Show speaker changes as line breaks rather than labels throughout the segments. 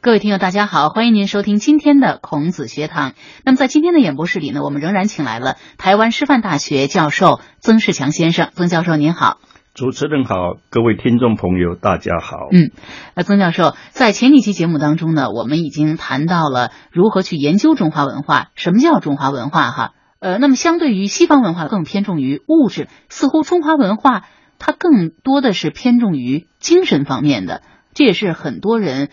各位听友，大家好，欢迎您收听今天的孔子学堂。那么在今天的演播室里呢，我们仍然请来了台湾师范大学教授曾仕强先生。曾教授您好。
主持人好，各位听众朋友，大家好。
嗯，呃，曾教授，在前几期节目当中呢，我们已经谈到了如何去研究中华文化，什么叫中华文化哈？呃，那么相对于西方文化更偏重于物质，似乎中华文化它更多的是偏重于精神方面的，这也是很多人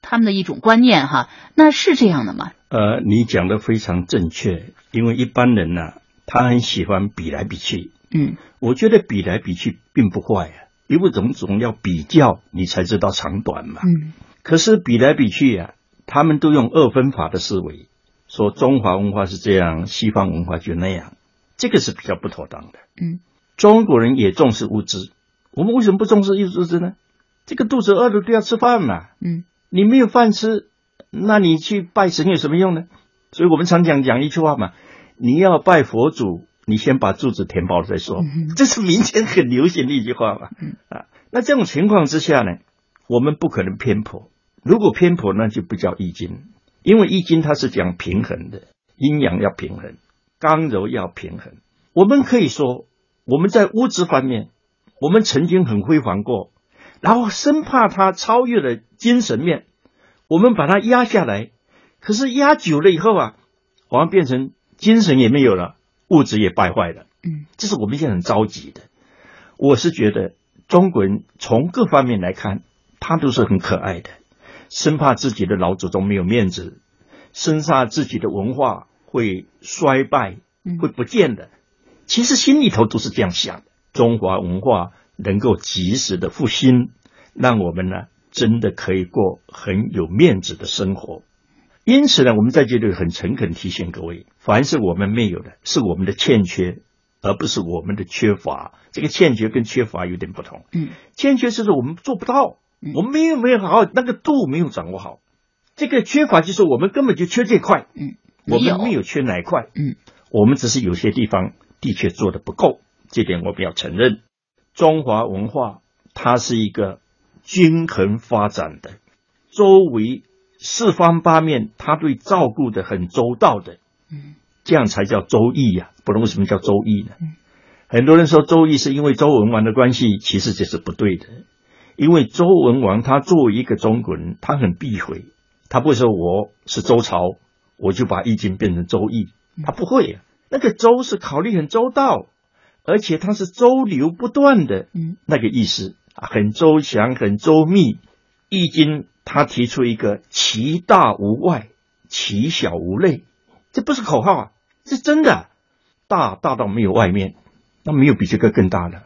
他们的一种观念哈。那是这样的吗？
呃，你讲的非常正确，因为一般人呢、他很喜欢比来比去。
嗯
我觉得比来比去并不坏啊，因为总总要比较，你才知道长短嘛。
嗯
可是比来比去啊，他们都用二分法的思维，说中华文化是这样，西方文化就那样，这个是比较不妥当的。
嗯，
中国人也重视物质，我们为什么不重视物质呢？这个肚子饿了都要吃饭嘛。
嗯
你没有饭吃，那你去拜神有什么用呢？所以我们常讲讲一句话嘛，你要拜佛祖，你先把肚子填饱了再说，
嗯
这是民间很流行的一句话嘛
嗯。
啊，那这种情况之下呢，我们不可能偏颇。如果偏颇，那就不叫易经，因为易经它是讲平衡的，阴阳要平衡，刚柔要平衡。我们可以说，我们在物质方面，我们曾经很辉煌过，然后生怕它超越了精神面，我们把它压下来。可是压久了以后啊，好像变成精神也没有了，物质也败坏了。
嗯，
这是我们现在很着急的。我是觉得中国人从各方面来看，他都是很可爱的，生怕自己的老祖宗没有面子，生怕自己的文化会衰败，
嗯
会不见的。其实心里头都是这样想的。中华文化能够及时的复兴，让我们呢真的可以过很有面子的生活。因此呢，我们在这里很诚恳提醒各位，凡是我们没有的，是我们的欠缺，而不是我们的缺乏。这个欠缺跟缺乏有点不同，
嗯
欠缺就是我们做不到
嗯，
我们没有没有好好那个度没有掌握好，这个缺乏就是我们根本就缺这块，
嗯，
我
没有
们没有缺哪一块，
嗯，
我们只是有些地方的确做的不够，这点我们要承认。中华文化它是一个均衡发展的，周围四方八面，它对照顾的很周到的，
嗯
这样才叫周易呀、不然为什么叫周易呢
嗯？
很多人说周易是因为周文王的关系，其实这是不对的。因为周文王他作为一个中国人，他很避讳，他不会说我是周朝，我就把易经变成周易
嗯，
他不会、啊。那个周是考虑很周到，而且它是周流不断的
嗯
那个意思，啊很周详，很周密。易经他提出一个其大无外，其小无内，这不是口号啊，是真的。大大到没有外面，那没有比这个更大的；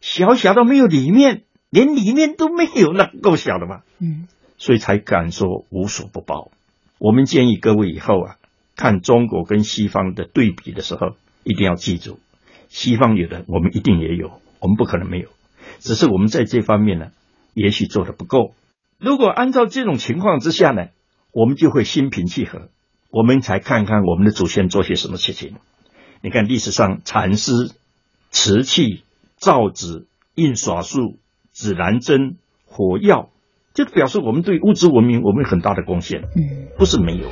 小小到没有里面，连里面都没有，那够小了吗？
嗯
所以才敢说无所不包。我们建议各位以后啊，看中国跟西方的对比的时候，一定要记住，西方有的我们一定也有，我们不可能没有，只是我们在这方面呢，也许做的不够。如果按照这种情况之下呢，我们就会心平气和，我们才看看我们的祖先做些什么事情。你看历史上禅师、瓷器、造纸、印刷术、指南针、火药，就表示我们对物质文明我们有很大的贡献，
嗯。
不是没有。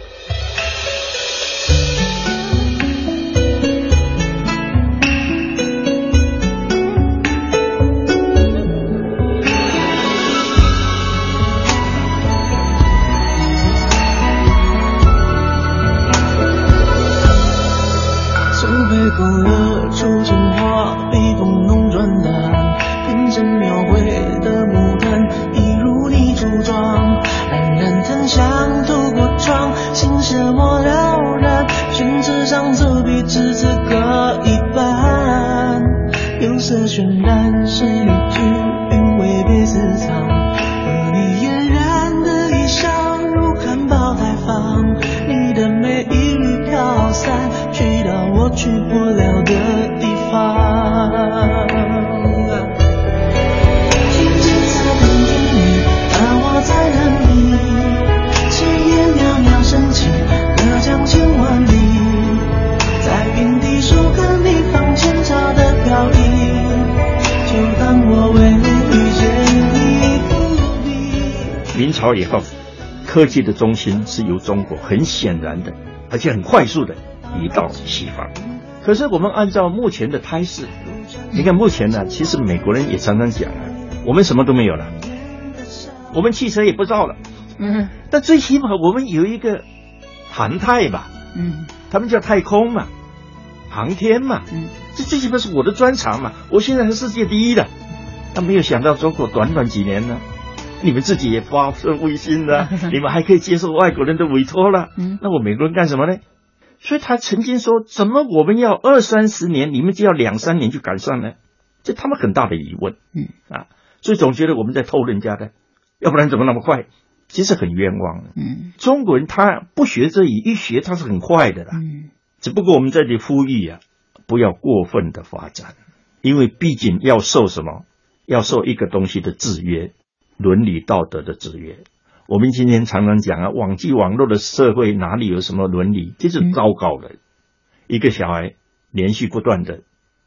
酒杯勾勒出情话，笔锋浓转淡，天真描绘的牡丹，一如你初妆。冉冉檀香透过窗，心事莫了然，宣纸上执笔至此各一半。釉色渲染是一句，韵味被私藏。和你嫣然的衣裳，如含苞待放。你的美一缕飘散，去到我去不了的地方。天际在等着你，而我在等你。炊烟袅袅升起，隔江千万里。在平地树根里放浅草的飘逸，就当我为你遇见你不必。
明朝以后，科技的中心是由中国很显然的，而且很快速的移到西方。可是我们按照目前的态势，你看目前呢，其实美国人也常常讲啊，我们什么都没有了，我们汽车也不造了，
嗯
但最起码我们有一个航太吧，
嗯
他们叫太空嘛，航天嘛，
嗯，
这最起码是我的专长嘛，我现在是世界第一的。但没有想到中国短短几年呢，你们自己也发射卫星了，你们还可以接受外国人的委托了，
嗯
那我美国人干什么呢？所以他曾经说，怎么我们要二三十年，你们就要两三年去改善呢？这他们很大的疑问，
嗯
啊，所以总觉得我们在偷人家的，要不然怎么那么快？其实很冤枉的。
嗯
中国人他不学这一，一学他是很坏的啦。
嗯
只不过我们这里呼吁啊，不要过分的发展，因为毕竟要受什么？要受一个东西的制约，伦理道德的制约。我们今天常常讲啊，网际网络的社会哪里有什么伦理？这是糟糕的。一个小孩连续不断的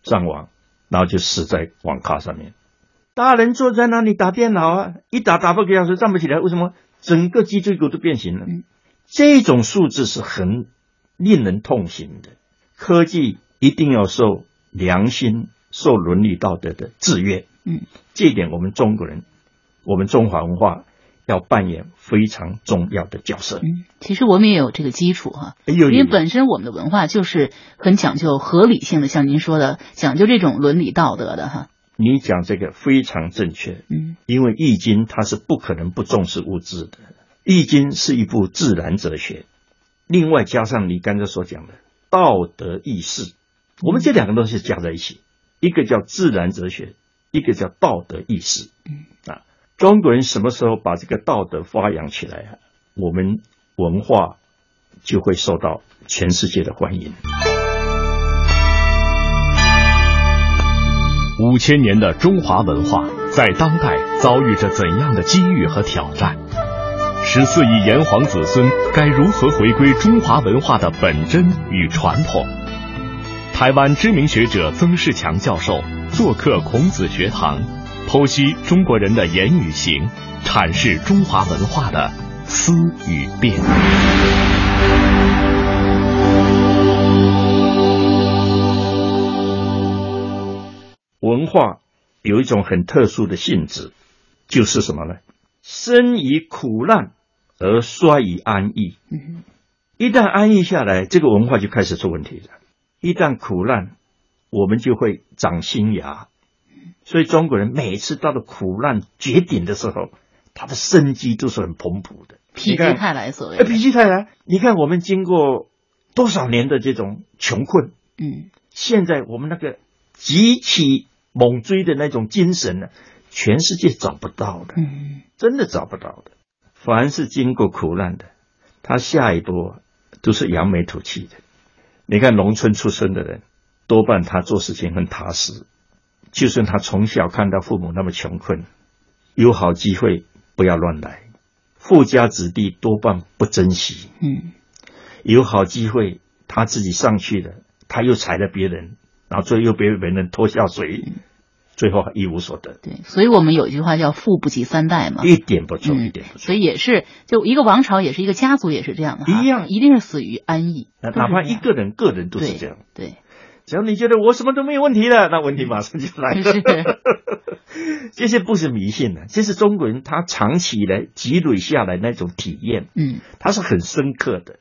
上网，然后就死在网咖上面。大人坐在那里打电脑啊，一打打半个小时站不起来，为什么？整个脊椎骨都变形了。
嗯
这种素质是很令人痛心的。科技一定要受良心、受伦理道德的制约。
嗯，
这一点我们中国人，我们中华文化要扮演非常重要的角色。
嗯，其实我们也有这个基础哈、
哎呦
因为本身我们的文化就是很讲究合理性的，像您说的，讲究这种伦理道德的哈。
你讲这个非常正确。
嗯
因为《易经》它是不可能不重视物质的，《易经》是一部自然哲学，另外加上你刚才所讲的道德意识，我们这两个东西加在一起，一个叫自然哲学，一个叫道德意识。
嗯
啊，中国人什么时候把这个道德发扬起来啊？我们文化就会受到全世界的欢迎。
五千年的中华文化在当代遭遇着怎样的机遇和挑战？十四亿炎黄子孙该如何回归中华文化的本真与传统？台湾知名学者曾仕强教授做客孔子学堂，剖析中国人的言与行，阐释中华文化的思与变。
文化有一种很特殊的性质，就是什么呢？生于苦难而衰于安逸。
嗯
一旦安逸下来，这个文化就开始出问题了。一旦苦难，我们就会长新芽。所以中国人每次到了苦难绝顶的时候，他的生机都是很蓬勃的。
否
你
极
看
泰来所谓
哎，
的。
比起泰来，你看我们经过多少年的这种穷困，
嗯
现在我们那个极其猛追的那种精神呢，全世界找不到的，
嗯
真的找不到的。凡是经过苦难的，他下一步啊都是扬眉吐气的。你看农村出身的人，多半他做事情很踏实，就算他从小看到父母那么穷困，有好机会不要乱来。富家子弟多半不珍惜，
嗯
有好机会，他自己上去了，他又踩了别人，然后最后又被别人拖下水，最后一无所得，
对，所以我们有一句话叫“富不及三代”嘛。
一点不错，
嗯
一点不
所
错。
以也是，就一个王朝，也是一个家族，也是这样的哈，
一样
一定是死于安逸，
那
都是
哪怕
这
一
样
个人，个人都是这样。
对，
只要你觉得我什么都没有问题 了，那问题马上就来了。这些不是迷信的，这是中国人他长期以来积累下来那种体验，
嗯
它是很深刻的。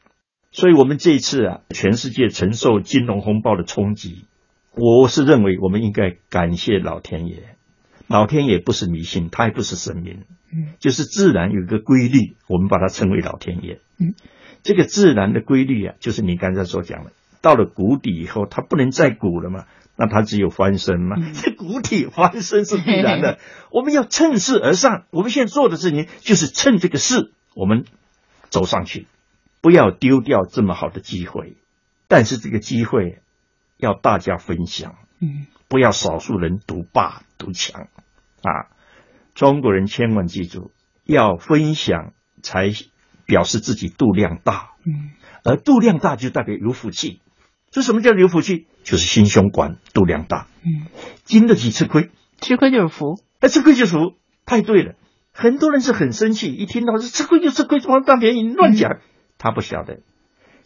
所以，我们这一次啊，全世界承受金融风暴的冲击，我是认为我们应该感谢老天爷。老天爷不是迷信，他也不是神明，
嗯
就是自然有一个规律，我们把它称为老天爷。
嗯，
这个自然的规律啊，就是你刚才所讲的，到了谷底以后，它不能再谷了嘛，那它只有翻身嘛。
嗯
这谷底翻身是必 然的，我们要趁势而上。我们现在做的事情就是趁这个势，我们走上去，不要丢掉这么好的机会。但是这个机会要大家分享。
嗯
不要少数人独霸独强啊！中国人千万记住，要分享才表示自己度量大，
嗯
而度量大就代表有福气。这什么叫有福气？就是心胸广、度量大，
嗯，
经得起吃亏，哎
吃亏就是福，
那吃亏就是福，太对了。很多人是很生气，一听到是吃亏就吃亏，怎么占便宜？你乱讲，他不晓得，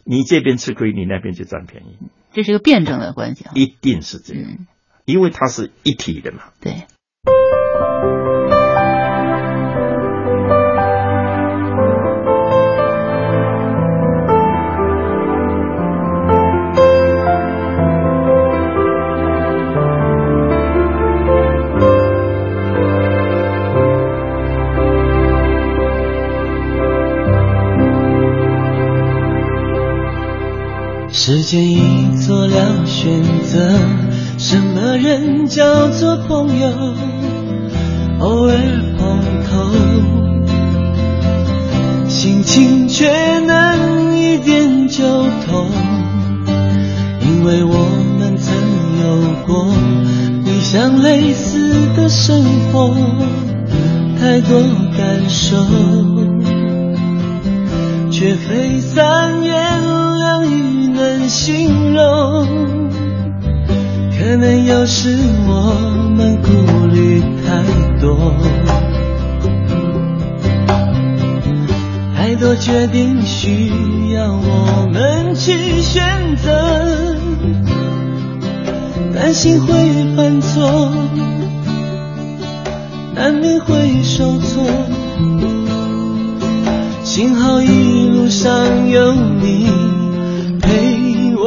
你这边吃亏，你那边就占便宜，
这是个辩证的关系啊。
一定是这样，
嗯，
因为它是一体的嘛。
对。
世间已做了选择，什么人叫做朋友？偶尔碰头，心情却能一点就通，因为我们曾有过你像类似的生活，太多感受。却非三言两语能形容。可能有时我们顾虑太多，太多决定需要我们去选择，担心会犯错，难免会受挫。幸好一路上有你陪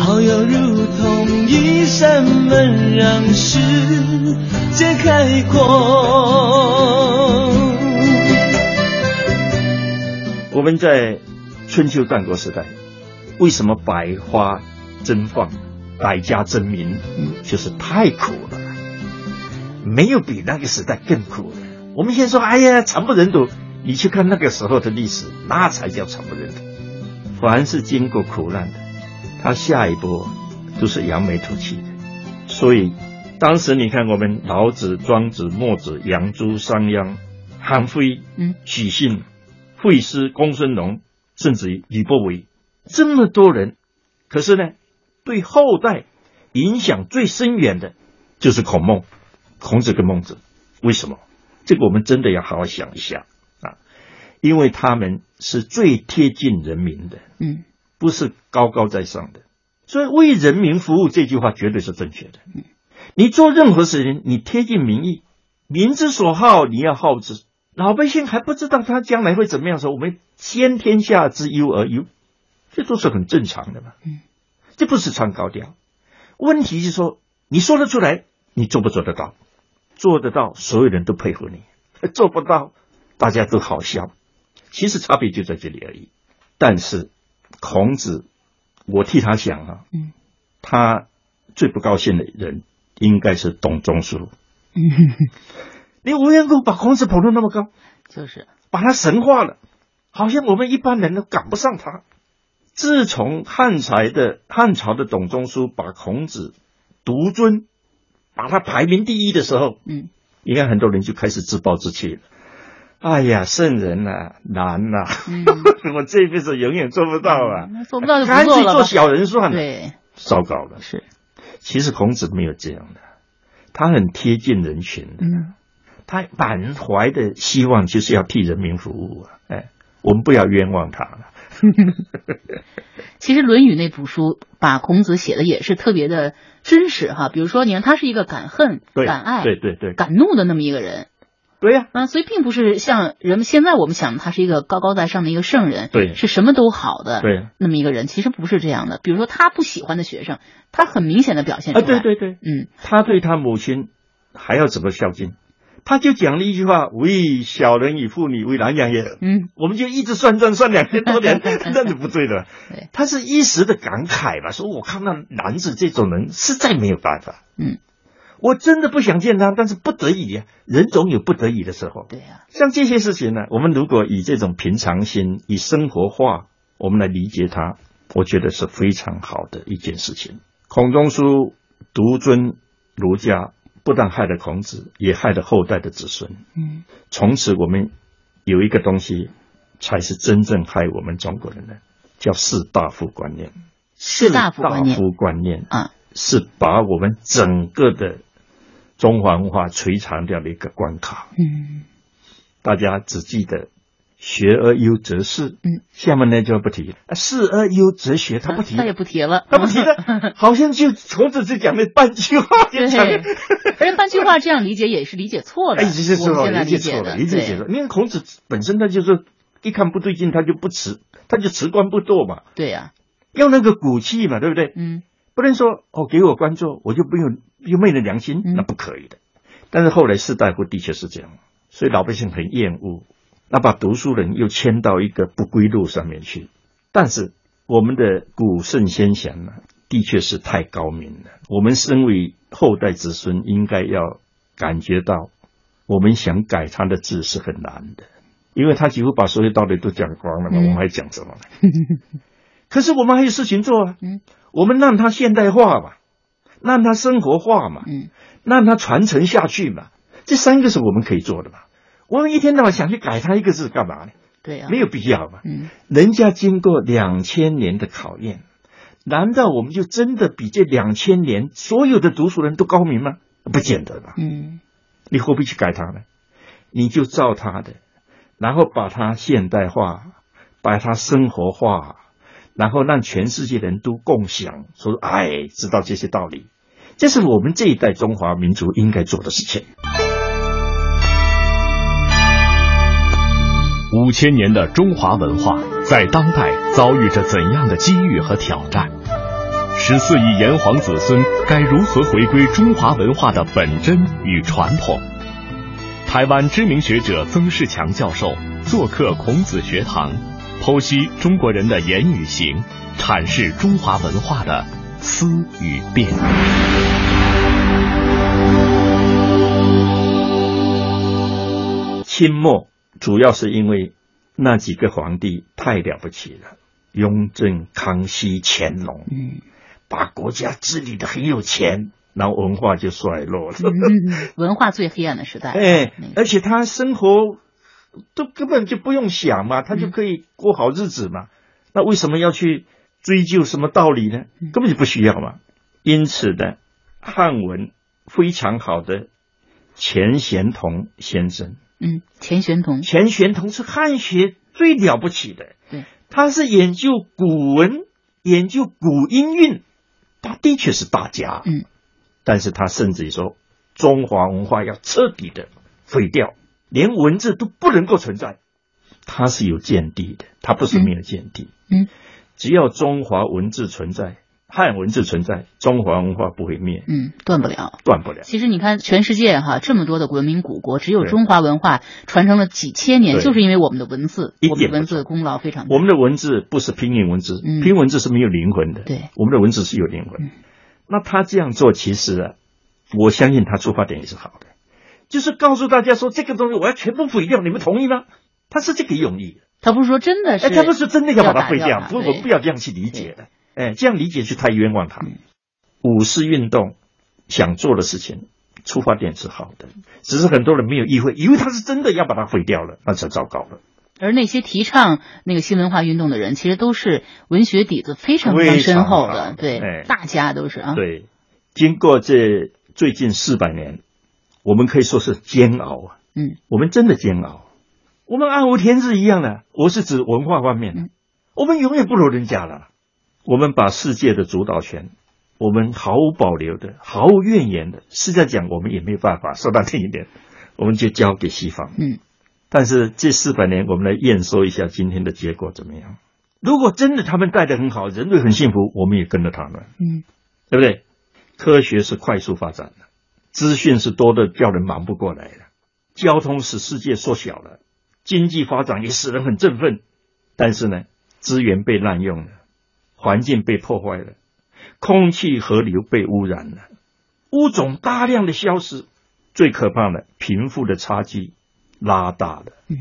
好友如同一扇门，让世界开阔。
我们在春秋战国时代，为什么百花争放，百家争鸣？嗯就是太苦了，没有比那个时代更苦的。我们先说，哎呀，惨不忍睹。你去看那个时候的历史，那才叫惨不忍睹。凡是经过苦难的，他下一波都是扬眉吐气的。所以，当时你看我们老子、庄子、墨子、杨朱、商鞅、韩非、
嗯
许信、惠施、公孙龙，甚至于吕不韦，这么多人，可是呢，对后代影响最深远的就是孔孟、孔子跟孟子。为什么？这个我们真的要好好想一下啊，因为他们是最贴近人民的，
嗯，
不是高高在上的。所以为人民服务这句话绝对是正确的。你做任何事情，你贴近民意，民之所好，你要好之。老百姓还不知道他将来会怎么样的时候，我们先天下之忧而忧，这都是很正常的嘛。
嗯，
这不是唱高调。问题是说，你说得出来，你做不做得到？做得到，所有人都佩服你； 做不到，大家都好笑。其实差别就在这里而已。但是孔子，我替他想啊，
嗯，
他最不高兴的人应该是董仲舒。
嗯，
你无缘无故把孔子捧得那么高，
就是，
把他神化了，好像我们一般人都赶不上他。自从汉才的汉朝的董仲舒把孔子独尊，把他排名第一的时候，
嗯，
应该很多人就开始自暴自弃了。哎呀，圣人呐、难呐、
嗯
我这辈子永远做不到啊！
那做不到就不
干脆
了
做
吧。
小人算了。
对，
糟糕了，
是，
其实孔子没有这样的，他很贴近人群的。
嗯
他满怀的希望就是要替人民服务啊！哎，我们不要冤枉他了。
其实《论语》那部书把孔子写的也是特别的真实哈，比如说你看他是一个敢恨、
对，
敢爱、
对对对
敢怒的那么一个人
对呀、
啊，所以并不是像人们现在我们想的他是一个高高在上的一个圣人，
对
是什么都好的，
对呀
那么一个人，其实不是这样的。比如说他不喜欢的学生，他很明显的表现出
啊！
来，
对，对对，
嗯
他对他母亲还要怎么孝敬？他就讲了一句话：“为小人以妇女，为难养也。”
嗯，
我们就一直算算算两千多 年，那就不对了
对。
他是一时的感慨吧，说我看到男子这种人实在没有办法。
嗯，
我真的不想见他，但是不得已啊，人总有不得已的时候。
对啊呀、
像这些事情呢，我们如果以这种平常心、以生活化，我们来理解它，我觉得是非常好的一件事情。孔仲舒独尊儒家，不但害了孔子，也害了后代的子孙。
嗯，
从此我们有一个东西，才是真正害我们中国人的，叫士大夫观念。
士大夫观念
士大夫观念
啊，
是把我们整个的中华文化摧残掉的一个关卡。
嗯
大家只记得学而优则仕，
嗯，
下面呢就不提了。啊仕而优则学，他不 提
他，也不提了，
他不 提了，好像就孔子就讲那半句话就
对，
讲了。
而且半句话这样理解也是理解错的，
哎，这是
我们
错
现在
了，理
理
解错
的，
了，理解
对
错了。因为孔子本身他就是一看不对劲，他就不辞，他就辞官不做嘛，
对呀、
要那个骨气嘛，对不对？
嗯
不能说哦，给我官做，我就不用又昧了良心，
嗯
那不可以的。但是后来士大夫的确是这样，所以老百姓很厌恶，那把读书人又牵到一个不归路上面去。但是我们的古圣先贤呢，的确是太高明了。我们身为后代子孙，应该要感觉到，我们想改他的字是很难的，因为他几乎把所有道理都讲光了嘛，
嗯
我们还讲什么呢？可是我们还有事情做啊，
嗯
我们让它现代化嘛，让它生活化嘛，
嗯，
让它传承下去嘛，这三个是我们可以做的嘛。我们一天到晚想去改它一个字干嘛呢？
对呀、
没有必要嘛。
嗯
人家经过两千年的考验，难道我们就真的比这两千年所有的读书人都高明吗？不见得吧。
嗯
你何必去改它呢？你就照它的，然后把它现代化，把它生活化，然后让全世界人都共享，说哎，知道这些道理，这是我们这一代中华民族应该做的事情。
五千年的中华文化在当代遭遇着怎样的机遇和挑战？十四亿炎黄子孙该如何回归中华文化的本真与传统？台湾知名学者曾仕强教授做客孔子学堂，剖析中国人的言与行，阐释中华文化的思与变。
清末主要是因为那几个皇帝太了不起了，雍正、康熙、乾隆，
嗯
把国家治理的很有钱，然后文化就衰落了。
嗯，文化最黑暗的时代，
哎
嗯那，个
而且他生活都根本就不用
嗯
想嘛，他就可以过好日子嘛。那为什么要去追究什么道理呢
嗯？
根本就不需要嘛。因此呢，汉文非常好的钱玄同先生，
嗯，钱玄同，
钱玄同是汉学最了不起的，
对，
他是研究古文，研究古音韵，他的确是大家，
嗯，
但是他甚至于说，中华文化要彻底的毁掉，连文字都不能够存在，他是有见地的，他不是没有见地，
嗯嗯
只要中华文字存在，汉文字存在，中华文化不会灭，
嗯，断不了。
断不了。
其实你看，全世界哈这么多的文明古国，只有
对
中华文化传承了几千年，
对
就是因为我们的文字，
一
我们
点
的
不
文字的功劳非常大。
我们的文字不是拼音文字，
嗯
拼音文字是没有灵魂的。
对，嗯
我们的文字是有灵魂。那他这样做，其实啊，我相信他出发点也是好的，就是告诉大家说这个东西我要全部毁掉，你们同意吗？他是这个用意。
他不是说真的是，
哎，他不是真的要把它毁
要
掉
打，
不，
对嗯
我们不要这样去理解的。哎，这样理解就太冤枉他。五四运动想做的事情，出发点是好的，只是很多人没有意会，以为他是真的要把它毁掉了，那才糟糕了。
而那些提倡那个新文化运动的人，其实都是文学底子非常非
非
常
常
深厚
好
的，对，
哎
大家都是啊，
对，经过这最近四百年，我们可以说是煎熬啊。
嗯，
我们真的煎熬，我们暗无天日一样的。我是指文化方面的，
嗯
我们永远不如人家了。我们把世界的主导权，我们毫无保留的、毫无怨言的，是在讲我们也没有办法。说难听一点，我们就交给西方。
嗯，
但是这四百年，我们来验收一下今天的结果怎么样？如果真的他们带的很好，人类很幸福，我们也跟着他们。
嗯
对不对？科学是快速发展的，资讯是多的叫人忙不过来的，交通使世界缩小了，经济发展也使人很振奋。但是呢，资源被滥用了，环境被破坏了，空气、河流被污染了，物种大量的消失，最可怕的，贫富的差距拉大了，
嗯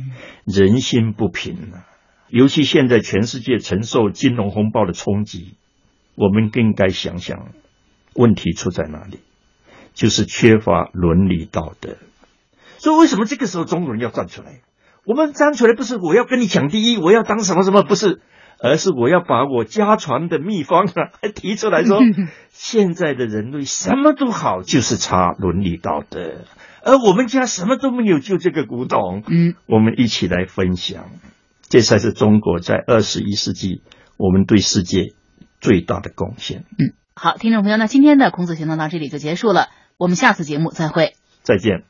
人心不平啊。尤其现在全世界承受金融风暴的冲击，我们更该想想问题出在哪里，就是缺乏伦理道德。所以为什么这个时候中国人要站出来？我们站出来不是我要跟你抢第一，我要当什么什么，不是，而是我要把我家传的秘方啊提出来说，现在的人类什么都好，就是差伦理道德，而我们家什么都没有，就这个古董。
嗯，
我们一起来分享，这才是中国在二十一世纪我们对世界最大的贡献。
好，听众朋友，那今天的孔子学堂到这里就结束了，我们下次节目再会。
再见。